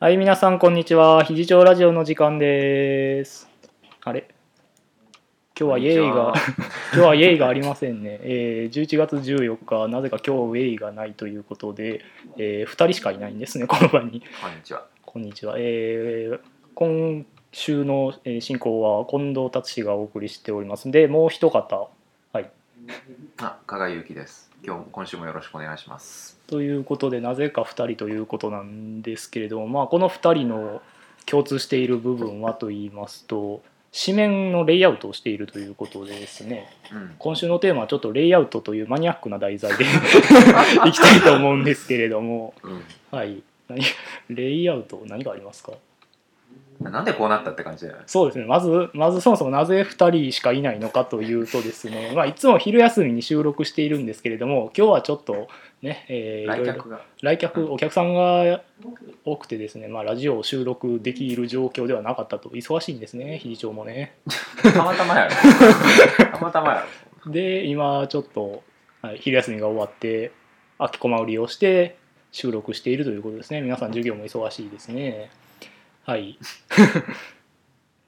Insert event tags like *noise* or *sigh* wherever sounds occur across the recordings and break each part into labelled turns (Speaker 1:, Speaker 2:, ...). Speaker 1: はい、皆さん、こんにちは。ひじちょうラジオの時間です。あれ今日はイエイが *laughs*
Speaker 2: こんに、
Speaker 1: 今日はイエイがありませんね。えー11月14日、なぜか今日イエイがないということで、え2人しかいないんですね、 *laughs* この場に。
Speaker 2: こんにちは。
Speaker 1: こんにちは。えー今週のえー進行は近藤達志がお送りしております。で、もう一方。
Speaker 2: あ、加賀ゆうきです。今日も今週もよろしくお願いします。
Speaker 1: ということでなぜか2人ということなんですけれども、まあ、この2人の共通している部分はと言いますと紙面のレイアウトをしているということでですね
Speaker 2: うん。
Speaker 1: 今週のテーマはちょっとレイアウトというマニアックな題材でいきたいと思うんですけれども、
Speaker 2: う
Speaker 1: はい、何レイアウト何がありますか
Speaker 2: ん。なんでこうなったって感じだよね。
Speaker 1: そうですねまずまずそもそもなぜ2人しかいないのかというとですね、まあ、いつも昼休みに収録しているんですけれども今日はちょっとね、えーいろ
Speaker 2: 来
Speaker 1: いろ
Speaker 2: 客が。
Speaker 1: 来客お客さんが多くてですね、まあ、ラジオを収録できる状況ではなかったと忙しいんですね非常もね
Speaker 2: たまたま
Speaker 1: *laughs*
Speaker 2: やろ。たまたまや
Speaker 1: で今ちょっと、はい、昼休みが終わって空きコマを利用して収録しているということですね皆さん授業も忙しいですねはい
Speaker 2: ろ。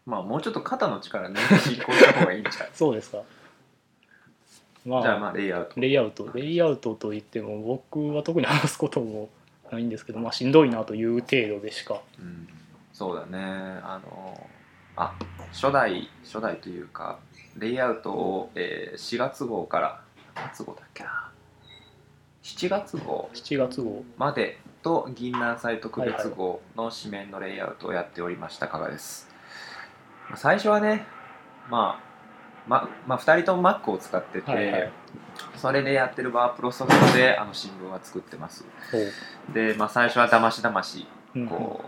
Speaker 2: まあ、もうちょっと肩の力抜いて実行した方がいいんちゃう。
Speaker 1: そうですかま
Speaker 2: じゃ
Speaker 1: *laughs*
Speaker 2: あ、
Speaker 1: あ
Speaker 2: まあ、レイアウト。
Speaker 1: レイアウトレイアウトといっても僕は特に話すこともないんですけど、まあ、しんどいなという程度でしか
Speaker 2: うん。そうだね。あの。あ、初代、初代というか。レイアウトを、えー、4月号から。何月号だっけな。7月号。
Speaker 1: 7月号
Speaker 2: までと銀南祭特別号の紙面のレイアウトをやっておりました加賀です最初はねまあままあ、2人とも Mac を使ってて、
Speaker 1: はいはい
Speaker 2: それでやってるワープロソフトであの新聞は作ってます
Speaker 1: ほう
Speaker 2: で、まあ、最初はだましだまし
Speaker 1: うん
Speaker 2: こう,、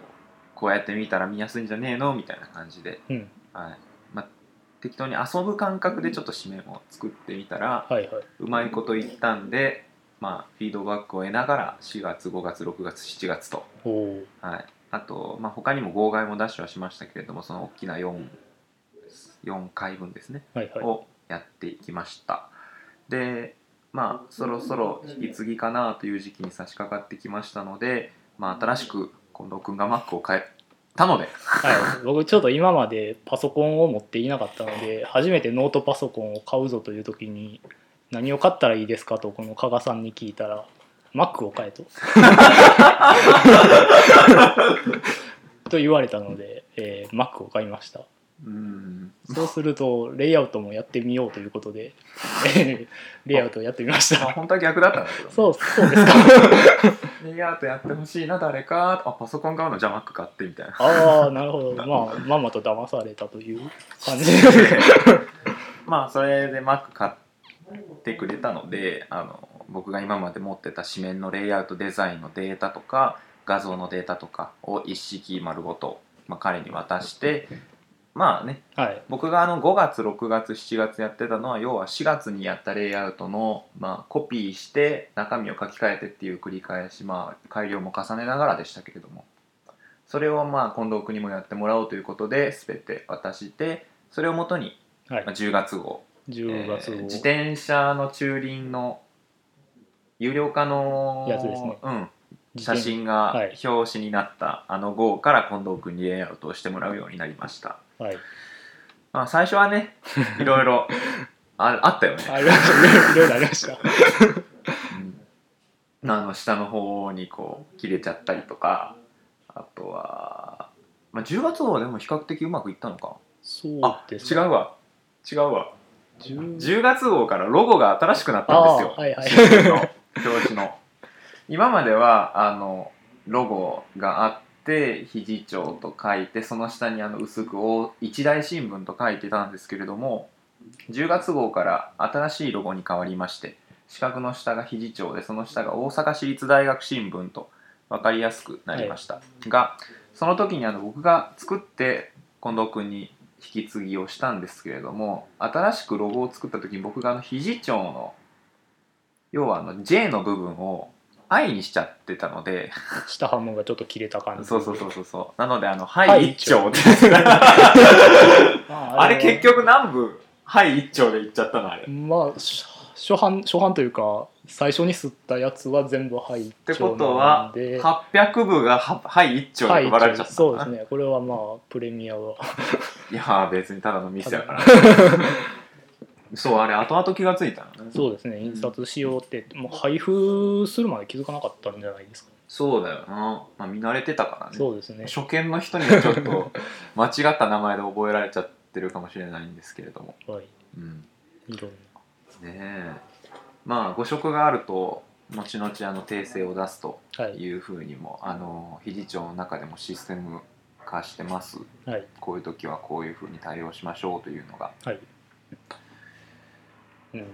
Speaker 2: こうやって見たら見やすいんじゃねえのみたいな感じで、
Speaker 1: うん
Speaker 2: はいまあ、適当に遊ぶ感覚でちょっと紙面を作ってみたら、
Speaker 1: はいはいう
Speaker 2: まいこと言ったんで、まあ、フィードバックを得ながら4月5月6月7月と、
Speaker 1: おお
Speaker 2: はい、あと、まあ、他にも号外も出しはしましたけれどもその大きな 4, 4回分ですね
Speaker 1: はいはい
Speaker 2: をやっていきましたでまあそろそろ引き継ぎかなという時期に差し掛かってきましたので、まあ、新しく近藤君が Mac を変えたので
Speaker 1: はい、僕ちょっと今までパソコンを持っていなかったので初めてノートパソコンを買うぞという時に何を買ったらいいですかとこの加賀さんに聞いたら Mac を買えとと言われたので、えー Mac を買いました
Speaker 2: うん
Speaker 1: そうするとレイアウトもやってみようということで *laughs* レイアウトをやってみまし
Speaker 2: まあ
Speaker 1: た
Speaker 2: 本当は逆だったんだけどね、
Speaker 1: そうそうですか
Speaker 2: レイアウトやってほしいな誰かあパソコン買うのじゃあ Mac 買ってみたいな
Speaker 1: ああなるほどまあまんまと騙されたという感じ
Speaker 2: まあそれで Mac 買ってくれたのであの僕が今まで持ってた紙面のレイアウトデザインのデータとか画像のデータとかを一式丸ごと、まあ、彼に渡してまあね
Speaker 1: はい
Speaker 2: 僕があの5月6月7月やってたのは要は4月にやったレイアウトの、まあ、コピーして中身を書き換えてっていう繰り返し、まあ、改良も重ねながらでしたけれどもそれをまあ近藤君にもやってもらおうということで全て渡してそれをもとに
Speaker 1: はい
Speaker 2: まあ10月号、
Speaker 1: 10月
Speaker 2: えー
Speaker 1: 号
Speaker 2: 自転車の駐輪の有料化の
Speaker 1: やつですね
Speaker 2: うん、
Speaker 1: 自
Speaker 2: 写
Speaker 1: 転
Speaker 2: 真
Speaker 1: は
Speaker 2: が
Speaker 1: い
Speaker 2: 表紙になったあの号から近藤君にレイアウトをしてもらうようになりました、
Speaker 1: はい
Speaker 2: まあ、最初
Speaker 1: *laughs*
Speaker 2: はねいろいろああったよね、
Speaker 1: ありましたいろいろありました。
Speaker 2: うんあの下の方にこう切れちゃったりとかあとは、まあ、10月号はでも比較的うまくいったのか
Speaker 1: そう
Speaker 2: あ
Speaker 1: で
Speaker 2: 違
Speaker 1: す
Speaker 2: うわ違うわ
Speaker 1: 違う
Speaker 2: 10月号からロゴが新しくなったんですよ、
Speaker 1: あー
Speaker 2: *laughs*
Speaker 1: はいはい
Speaker 2: 新聞の表紙の今まではあのロゴがあって肘長と書いてその下にあの薄くお一大新聞と書いてたんですけれども10月号から新しいロゴに変わりまして四角の下が肘長でその下が大阪市立大学新聞と分かりやすくなりました、がその時にあの僕が作って近藤君に引き継ぎをしたんですけれども新しくロゴを作った時に僕があの肘長の要はあの J の部分を I にしちゃってたので
Speaker 1: 下半分がちょっと切れた感じ
Speaker 2: そうそうそうそうそうなのであの「
Speaker 1: は
Speaker 2: はいい
Speaker 1: 一
Speaker 2: 一
Speaker 1: 丁
Speaker 2: 丁」って
Speaker 1: ま
Speaker 2: *laughs* あれ結局何部「はい一丁」で言っちゃったのあれ
Speaker 1: まあし初版初版というか最初に吸ったやつは全部はいっ
Speaker 2: ってことは800部がははい一丁
Speaker 1: はい
Speaker 2: で配られちゃった
Speaker 1: そ
Speaker 2: ん
Speaker 1: うで
Speaker 2: だ
Speaker 1: す
Speaker 2: な
Speaker 1: ねこれはまあプレミア
Speaker 2: *laughs*
Speaker 1: はい
Speaker 2: や別にただのミスや
Speaker 1: *laughs*
Speaker 2: からそうあれ後々気がついたのね
Speaker 1: そうですね印刷しようってもう配布するまで気づかなかったんじゃないですか、
Speaker 2: そうだよな、まあ、見慣れてたからね
Speaker 1: そうですね
Speaker 2: 初見の人にはちょっと間違った名前で覚えられちゃってるかもしれないんですけれども、
Speaker 1: はい
Speaker 2: うん、ね
Speaker 1: いろん
Speaker 2: えまあ誤植があると後々あの訂正を出すと
Speaker 1: なはい
Speaker 2: いうふうにもあの理事長の中でもシステム化してます
Speaker 1: はい
Speaker 2: こういう時はこういうふうに対応しましょうというのが
Speaker 1: はいうん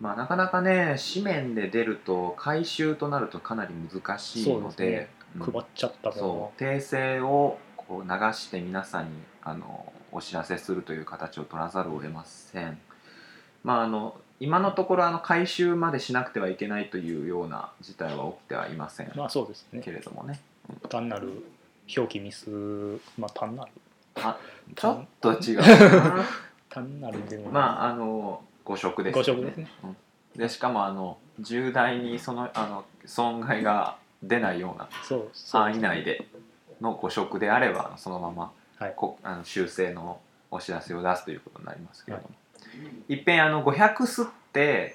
Speaker 2: まあなかなかね紙面で出ると回収となるとかなり難しい
Speaker 1: そうで
Speaker 2: の
Speaker 1: す
Speaker 2: で
Speaker 1: ね
Speaker 2: うん
Speaker 1: 配っちゃったものを
Speaker 2: そう訂正をこう流して皆さんにあのお知らせするという形を取らざるを得ません。まああの今のところあの回収までしなくてはいけないというような事態は起きてはいません
Speaker 1: まあそうですね
Speaker 2: けれどもね。
Speaker 1: 単なる表記ミスまあ単なる
Speaker 2: あちょっと違うな。
Speaker 1: 単なるでも
Speaker 2: まああの誤植です、
Speaker 1: 誤植ですね
Speaker 2: うんでしかもあの重大にそのあの損害が出ないような
Speaker 1: そうそう
Speaker 2: 範囲内での誤植であればそのまま
Speaker 1: はい
Speaker 2: こあの修正のお知らせを出すということになりますけれども、い、っぺんあの500すって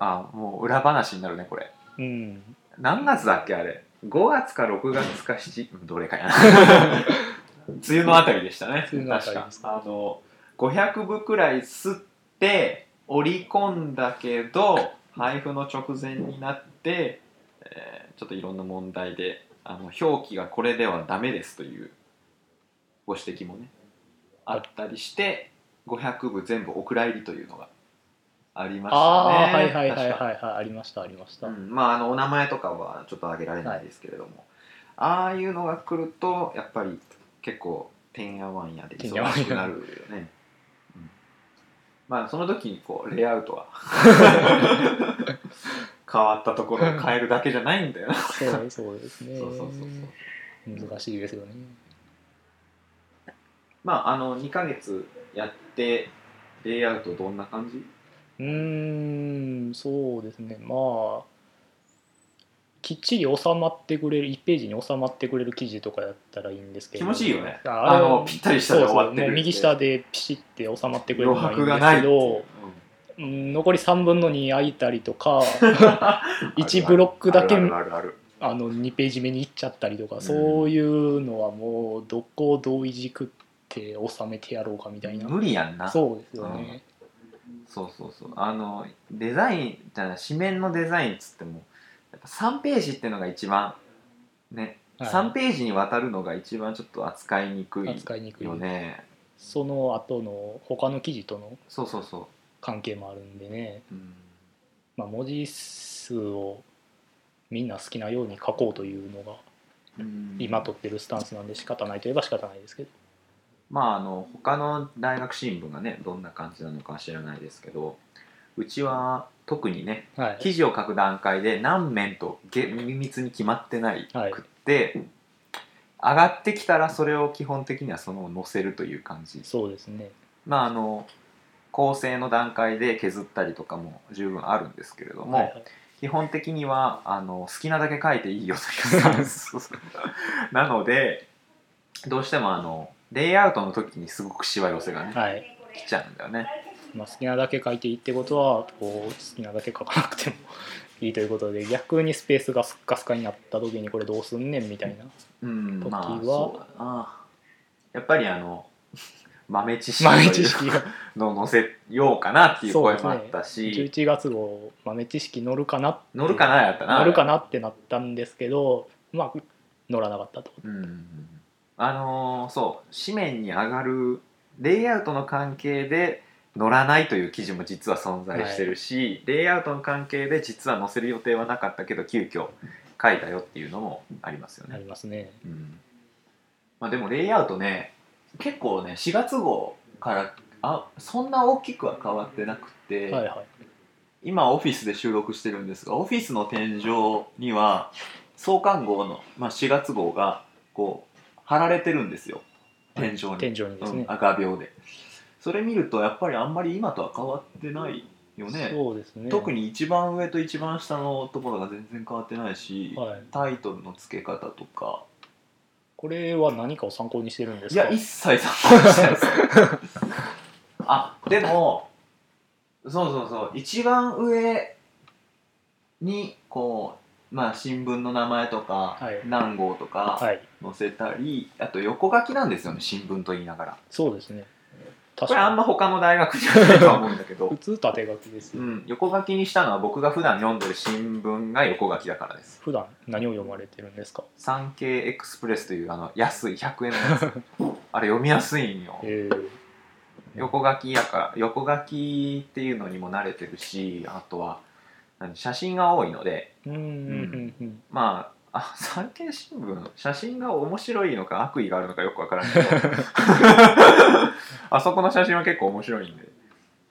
Speaker 2: あもう裏話になるねこれ
Speaker 1: うん
Speaker 2: 何月だっけあれ5月か6月か7うんどれか
Speaker 1: *laughs*
Speaker 2: やな梅雨のあたりでしたね
Speaker 1: 梅雨のあた
Speaker 2: 確
Speaker 1: り
Speaker 2: か
Speaker 1: です
Speaker 2: あの500部くらいすって折り込んだけど配布の直前になって、えーちょっといろんな問題であの表記がこれではダメですというご指摘もねあったりして500部全部お蔵入りというのがありましたね
Speaker 1: ああーはいはいはいはい
Speaker 2: 確か
Speaker 1: はいありましたありました、
Speaker 2: うん、まああのお名前とかはちょっと挙げられないですけれども、ああいうのが来るとやっぱり結構てんやわんやで
Speaker 1: てんやわん
Speaker 2: 忙
Speaker 1: や
Speaker 2: しくなるよね、うんまあその時にこうレイアウ
Speaker 1: *laughs*
Speaker 2: トは変わったところを変えるだけじゃないんだよな
Speaker 1: そうそうですね
Speaker 2: そうそうそうそう
Speaker 1: 難しいですよね
Speaker 2: まああの2ヶ月やってレイアウトどんな感じ
Speaker 1: うーんそうですねまあきっちり収まってくれる1ページに収まってくれる記事とかやったらいいんですけど
Speaker 2: 気持ちいいよね
Speaker 1: あ
Speaker 2: あ
Speaker 1: あれ
Speaker 2: のぴったりしたで終わって
Speaker 1: そうそうも
Speaker 2: る
Speaker 1: う右下でピシッて収まってくれる
Speaker 2: 余
Speaker 1: のはいいん
Speaker 2: 白
Speaker 1: で
Speaker 2: がない
Speaker 1: すけどうん残り3分の2空いたりと
Speaker 2: *laughs*
Speaker 1: か1ブロックだけ
Speaker 2: あるあるある
Speaker 1: あの2ページ目に行っちゃったりとか、
Speaker 2: ん
Speaker 1: そういうのはもうどこをどういじくって収めてやろうかみたいな
Speaker 2: 無理やんな
Speaker 1: そうですよね、
Speaker 2: そうそうそうあのデザインじゃない紙面のデザインっつってもやっぱ3ページっていうのが一番ね、
Speaker 1: はい
Speaker 2: 3ページにわたるのが一番ちょっと扱いにくい
Speaker 1: 扱いにくい
Speaker 2: よね
Speaker 1: その後の他の記事との
Speaker 2: そうそうそ
Speaker 1: 関係もあるんでね、
Speaker 2: う、うん、
Speaker 1: まあ、文字数をみんな好きなように書こうというのが
Speaker 2: うん
Speaker 1: 今取ってるスタンスなんで仕方ないといえば仕方ないですけど
Speaker 2: まああの他の大学新聞がねどんな感じなのかは知らないですけどうちは特にね
Speaker 1: はい
Speaker 2: 記事を書く段階で何面とげ密密に決まってない
Speaker 1: はい
Speaker 2: くって、上がってきたらそれを基本的にはその載せるという感じ
Speaker 1: そうですね
Speaker 2: まああの構成の段階で削ったりとかも十分あるんですけれども、
Speaker 1: はいはい
Speaker 2: 基本的にはあの好きなだけ書いていいよというス
Speaker 1: *laughs*
Speaker 2: タンスなのでどうしてもあのレイアウトの時にすごくしわ寄せがね、
Speaker 1: はい
Speaker 2: 来ちゃうんだよね
Speaker 1: まあ、好きなだけ書いていいってことはこう好きなだけ書かなくてもいいということで *laughs* 逆にスペースがスッカスカになった時にこれどうすんねんみたいな
Speaker 2: うん
Speaker 1: 時は
Speaker 2: まあそうだなやっぱりあの *laughs* 豆知識
Speaker 1: 豆
Speaker 2: とい
Speaker 1: 知
Speaker 2: う
Speaker 1: 識 *laughs* が
Speaker 2: のを載せようかなっていう声もあったし、
Speaker 1: 11月号豆知識乗るかなって
Speaker 2: 乗るかなやったな
Speaker 1: 乗るかなってなったんですけどまあ乗らなかったと
Speaker 2: うんあのーそう紙面に上がるレイアウトの関係で乗らないという記事も実は存在してるし、レイアウトの関係で実は載せる予定はなかったけど急遽書いたよっていうのもありますよ
Speaker 1: な
Speaker 2: ね
Speaker 1: り、ますね
Speaker 2: うんまあ、でもレイアウトね結構ね4月号からあそんな大きくは変わってなくて、
Speaker 1: はいはい
Speaker 2: 今オフィスで収録してるんですがオフィスの天井には創刊号の、まあ、4月号がこう貼られてるんですよ天井に、
Speaker 1: 天井にです
Speaker 2: うん
Speaker 1: ね、
Speaker 2: 赤病でそれ見るとやっぱりあんまり今とは変わってないよね
Speaker 1: そうですね
Speaker 2: 特に一番上と一番下のところが全然変わってないし、
Speaker 1: はい、
Speaker 2: タイトルの付け方とか
Speaker 1: これは何かを参考にしてるんで
Speaker 2: い
Speaker 1: すか
Speaker 2: や一切参考にしてないです
Speaker 1: *laughs*
Speaker 2: あでもそうそうそう一番上にこうまあ新聞の名前とか、
Speaker 1: はい
Speaker 2: 何号とか
Speaker 1: はい
Speaker 2: 載せたり、あと横書きなんですよね新聞と言いながら
Speaker 1: そうですね確
Speaker 2: これあ
Speaker 1: か
Speaker 2: ん
Speaker 1: に
Speaker 2: ま他の大学じゃないとは思うんだけ
Speaker 1: *laughs*
Speaker 2: ど
Speaker 1: 普通縦書きです
Speaker 2: う
Speaker 1: よ、
Speaker 2: ん、横書きにしたのは僕が普段読んでる新聞が横書きだからです
Speaker 1: 普段何を読まれてるんですか
Speaker 2: 産経エクスプレスというあの安い100円のや
Speaker 1: *laughs*
Speaker 2: つあれ読みやすいんよ
Speaker 1: えー、
Speaker 2: 横書きやから横書きっていうのにも慣れてるしあとは何写真が多いので
Speaker 1: うんうんうんうん
Speaker 2: まああ産経新聞写真が面白いのか悪意があるのかよくわからないけどあそこの写真は結構面白いんで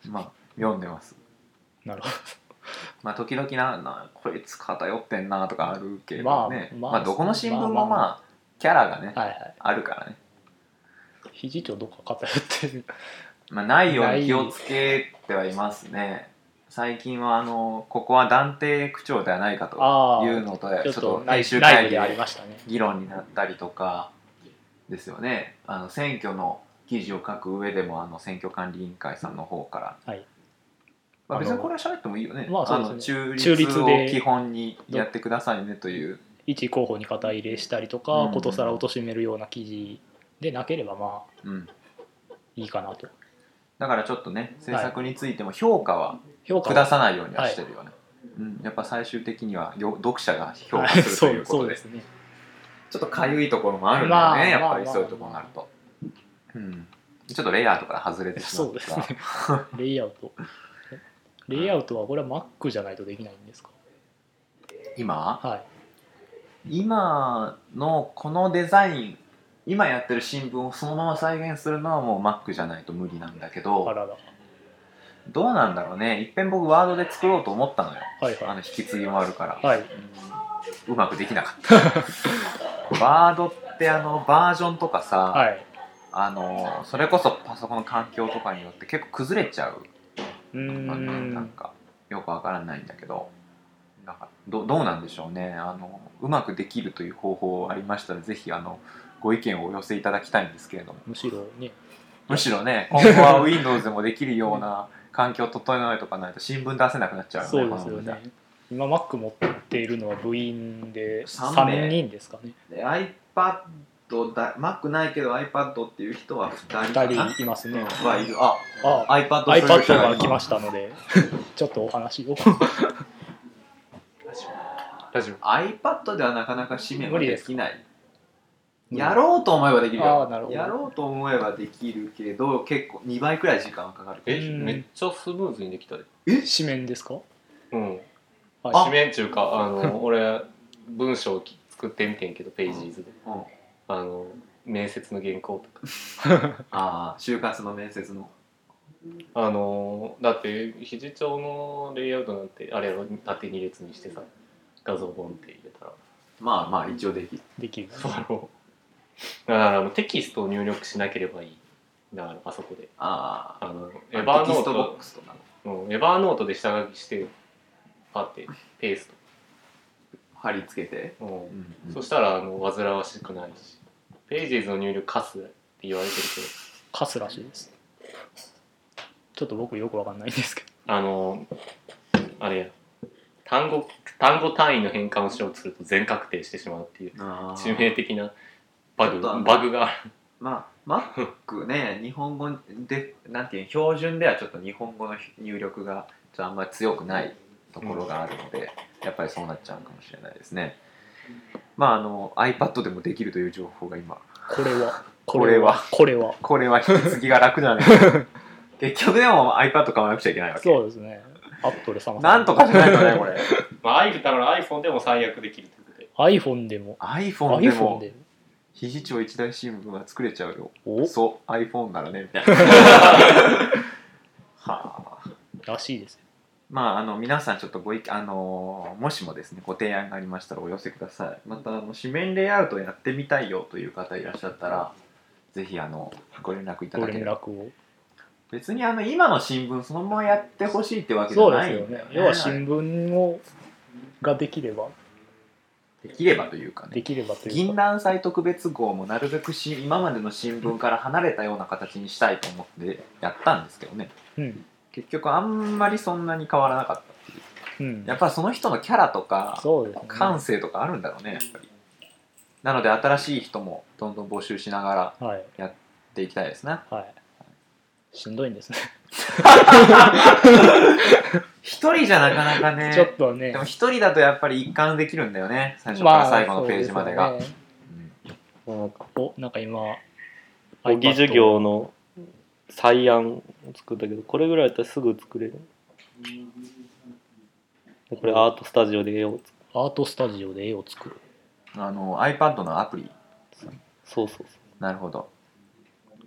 Speaker 2: まあ読んでます
Speaker 1: なるほど
Speaker 2: まあ時々ななこいつ偏ってんなとかあるけ
Speaker 1: ま
Speaker 2: ど
Speaker 1: あ
Speaker 2: ね、ま
Speaker 1: ま
Speaker 2: あ
Speaker 1: あ
Speaker 2: どこの新聞もま
Speaker 1: ま
Speaker 2: あ、
Speaker 1: あまあ
Speaker 2: キャラがね、
Speaker 1: はいはい
Speaker 2: あるからね
Speaker 1: 肘とどっか偏って
Speaker 2: *laughs*
Speaker 1: る
Speaker 2: まあ、ないように気をつけてはいますね最近はあのここは断定区長ではないかと
Speaker 1: ああ
Speaker 2: いうのとちょっ
Speaker 1: ちょっ
Speaker 2: と
Speaker 1: と
Speaker 2: 来
Speaker 1: 来
Speaker 2: 週
Speaker 1: 週
Speaker 2: 会
Speaker 1: 会
Speaker 2: 議
Speaker 1: 議
Speaker 2: で
Speaker 1: でありましたね
Speaker 2: 議論になったりとかですよねあの選挙の記事を書く上でもあの選挙管理委員会さんの方から、
Speaker 1: はい
Speaker 2: まあ、別にこれは喋ってもいいよね,、
Speaker 1: まあそうです
Speaker 2: 中
Speaker 1: 中
Speaker 2: 立
Speaker 1: 立
Speaker 2: を
Speaker 1: で
Speaker 2: 基本にやってくださいねという
Speaker 1: 一候補に肩入れしたりとか、
Speaker 2: うん
Speaker 1: ことさら貶としめるような記事でなければまあ
Speaker 2: うん、
Speaker 1: いいかなと
Speaker 2: だからちょっとね政策についても評価は
Speaker 1: 評価は
Speaker 2: 下さないようにはしてるよね、うん、やっぱ最終的にはよ読者が評価するとい
Speaker 1: はい
Speaker 2: うことで,、
Speaker 1: そうそうですね
Speaker 2: *laughs* ちょっとかゆいところもあるんだよね、
Speaker 1: まあ
Speaker 2: やっぱり
Speaker 1: まあ
Speaker 2: そういうところになると、うん、ちょっとレイアウトから外れてしま
Speaker 1: そう
Speaker 2: った
Speaker 1: ですねレイアウトレイアウトはこれは Mac じゃないとできないんですか
Speaker 2: 今
Speaker 1: はい
Speaker 2: 今のこのデザイン今やってる新聞をそのまま再現するのはもう Mac じゃないと無理なんだけ
Speaker 1: あ
Speaker 2: ど
Speaker 1: らら
Speaker 2: どうなんだろうねいっぺん僕ワードで作ろうと思ったのよ
Speaker 1: はい
Speaker 2: あの
Speaker 1: は
Speaker 2: 引き継ぎもあるから、
Speaker 1: いはい、
Speaker 2: うまくできなかった *laughs* ワードってあのバージョンとかさ、
Speaker 1: はい、
Speaker 2: あのそれこそパソコンの環境とかによって結構崩れちゃう
Speaker 1: うー
Speaker 2: のねなん
Speaker 1: ん
Speaker 2: かよくわからないんだけどなんかどどうなんでしょうねあのうまくできるという方法ありましたらぜひあのご意見をお寄せいただきたいんですけれども
Speaker 1: むしろね
Speaker 2: むしろ
Speaker 1: *laughs*
Speaker 2: ね今後は Windows でもできるような環境を整えとかないと新聞出せなくなっちゃう
Speaker 1: そう
Speaker 2: こ
Speaker 1: で
Speaker 2: の
Speaker 1: すよ
Speaker 2: 問題
Speaker 1: ね今 Mac 持っているのは部員で
Speaker 2: 三名
Speaker 1: 3人ですかね
Speaker 2: で iPad だ Mac ないけど iPad っていう人は2
Speaker 1: 2人いますね
Speaker 2: はいるあ
Speaker 1: あ
Speaker 2: iPad ソリューション
Speaker 1: iPad
Speaker 2: が
Speaker 1: が来ましたの
Speaker 2: *laughs*
Speaker 1: でちょっとお話を
Speaker 3: 大丈夫
Speaker 2: iPad ではなかなか紙面は
Speaker 1: 無理
Speaker 2: で
Speaker 1: です
Speaker 2: きないやろうと思えばできる
Speaker 1: あ
Speaker 2: よ
Speaker 1: ーなるほど
Speaker 2: やろうと思えばできるけど結構2倍くらい時間はかかる
Speaker 3: え
Speaker 1: うん
Speaker 3: めっちゃスムーズにできたで
Speaker 1: 紙面ですか
Speaker 3: うん
Speaker 1: はい
Speaker 2: あ
Speaker 3: 紙面中か
Speaker 2: *laughs*
Speaker 3: あの俺文章を作ってみてんけどページーズで、
Speaker 2: うん
Speaker 3: あの面接の原稿とか
Speaker 2: ああ就活の面接の
Speaker 3: あのだって肘長のレイアウトなんてあれやろ縦2列にしてさ画像ボンって入れたら
Speaker 2: まあまあ一応できる
Speaker 1: できる
Speaker 3: あのだからもうテキストを入力しなければいいだからあそこで
Speaker 2: あ
Speaker 3: あのエ
Speaker 2: あ
Speaker 3: ヴァ
Speaker 2: テキ
Speaker 3: ーノー
Speaker 2: ストボッ
Speaker 3: ト
Speaker 2: クスとかの
Speaker 3: うんエヴァーノートで下書きしてパッてペース
Speaker 2: 貼り付けて、
Speaker 3: ト、う
Speaker 2: う
Speaker 3: ん
Speaker 2: んうん
Speaker 3: そしたらあの煩わしくないしページーズの入力カスって言われてるけど
Speaker 1: カスらしいですちょっと僕よくわかんないんですけ
Speaker 3: あのあれや単語単語単位の変換をしようとすると全確定してしまうっていう
Speaker 2: ああ
Speaker 3: 致命的なバ
Speaker 2: ちょ
Speaker 3: グ
Speaker 2: っとあの
Speaker 3: バグがある
Speaker 2: まあ Mac ね日本語でなんていうの標準ではちょっと日本語の入力がちょっとあんまり強くないところがあるので、やっぱりそうなっちゃうかもしれないですねまああの iPad でもできるという情報が今
Speaker 1: どこれは
Speaker 2: これは
Speaker 1: これは
Speaker 2: これは引き継ぎが
Speaker 1: *laughs*
Speaker 2: 楽だね結局でも iPad 買わなくちゃいけないわけ
Speaker 1: そうですねアップル様
Speaker 2: なんとかじゃないとね
Speaker 1: *laughs*
Speaker 2: これ
Speaker 3: まあ iPhone だから iPhone でも最悪できるということで
Speaker 1: iPhone でも
Speaker 2: iPhone で
Speaker 1: iPhone
Speaker 2: も
Speaker 1: で
Speaker 2: 肘長一大新聞は作れちゃうよ
Speaker 1: お
Speaker 2: そう iPhone ならねみ
Speaker 1: *laughs*
Speaker 2: たいなはあ
Speaker 1: らしいですよ
Speaker 2: まあ、あの皆さんちょっとご意見、あのもしもですねご提案がありましたらお寄せくださいまたあの紙面レイアウトやってみたいよという方いらっしゃったらぜひあのご連絡いた
Speaker 1: ご
Speaker 2: だけ
Speaker 1: 連
Speaker 2: れば
Speaker 1: 絡を
Speaker 2: 別にあの今の新聞そのままやってほしいってわけじ
Speaker 1: そ
Speaker 2: ゃ
Speaker 1: うで
Speaker 2: な
Speaker 1: す
Speaker 2: い
Speaker 1: よ
Speaker 2: んだ
Speaker 1: ね
Speaker 2: よね
Speaker 1: 要は新聞をができれば
Speaker 2: できればというかね
Speaker 1: できればという
Speaker 2: 銀
Speaker 1: か
Speaker 2: 蘭祭特別号もなるべくし今までの新聞から離れたような形にしたいと思ってやったんですけどね
Speaker 1: うん
Speaker 2: 結局あんまりそんなに変わらなかったっていう
Speaker 1: うん
Speaker 2: やっぱその人のキャラとか
Speaker 1: そうですね
Speaker 2: 感性とかあるんだろうねやっぱりなので新しい人もどんどん募集しながらや
Speaker 1: はい
Speaker 2: っていきたいですね
Speaker 1: はいしんどいんですね
Speaker 2: 一人じゃなかなかね
Speaker 1: *laughs* ちょっとね
Speaker 2: でも一人だとやっぱり一貫できるんだよね最初から最後のページまでが、
Speaker 1: まあそうすよね
Speaker 2: うん
Speaker 3: なんか
Speaker 1: おなんか今
Speaker 3: 模擬授業の採案を作ったけどこれぐらいだったらすぐ作れるでこれアートスタジオで絵を作る
Speaker 1: iPad アートスタジオで絵を作る
Speaker 2: あの iPad のアプリ
Speaker 3: そうそうそ
Speaker 2: なるほど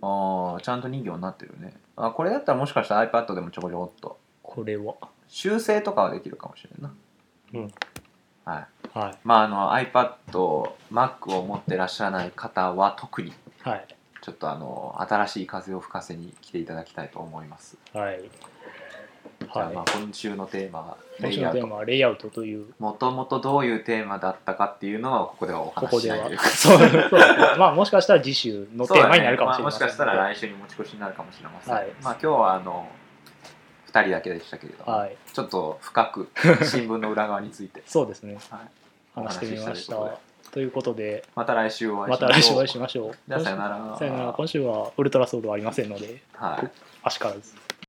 Speaker 2: ああちゃんと2行になってるねあこれだったらもしかしたら iPad でもちょこちょこっと
Speaker 1: これは
Speaker 2: 修正とかはできるかもしれんな
Speaker 3: うん
Speaker 2: はい
Speaker 1: はい
Speaker 2: まああの iPad、Mac を持ってらっしゃらない方は特に
Speaker 1: はい
Speaker 2: ちょっとあの新しい風を吹かせに来ていただきたいと思います。
Speaker 1: はい
Speaker 2: じゃあ
Speaker 1: は
Speaker 2: まあ今週のテーマはいレ
Speaker 1: 今週の
Speaker 2: イヤー
Speaker 1: テ
Speaker 2: と
Speaker 1: ーマはレイアウトという
Speaker 2: もともとどういうテーマだったかっていうのはここではお
Speaker 1: こ
Speaker 2: 話
Speaker 1: こ
Speaker 2: し
Speaker 1: で
Speaker 2: しない
Speaker 1: は *laughs*
Speaker 2: というか
Speaker 1: そうそうまあもしかしたら次週のテーマになるかもしれません
Speaker 2: そうだねまあもしかしたら来週に持ち越しになるかもしれません、
Speaker 1: はい
Speaker 2: まあ今日はあの2人だけでしたけれども、
Speaker 1: はい
Speaker 2: ちょっと深く新聞の裏側について
Speaker 1: そうですね
Speaker 2: はい
Speaker 1: 話してみまし
Speaker 2: お話しした
Speaker 1: ということで
Speaker 2: また来週お会い
Speaker 1: ま
Speaker 2: しまし
Speaker 1: た
Speaker 2: ょう
Speaker 1: 来週お会いしましょう
Speaker 2: じゃあさよなら
Speaker 1: 今週さよなら今週はウルトラソウルはありませんので
Speaker 2: はい
Speaker 1: 足からず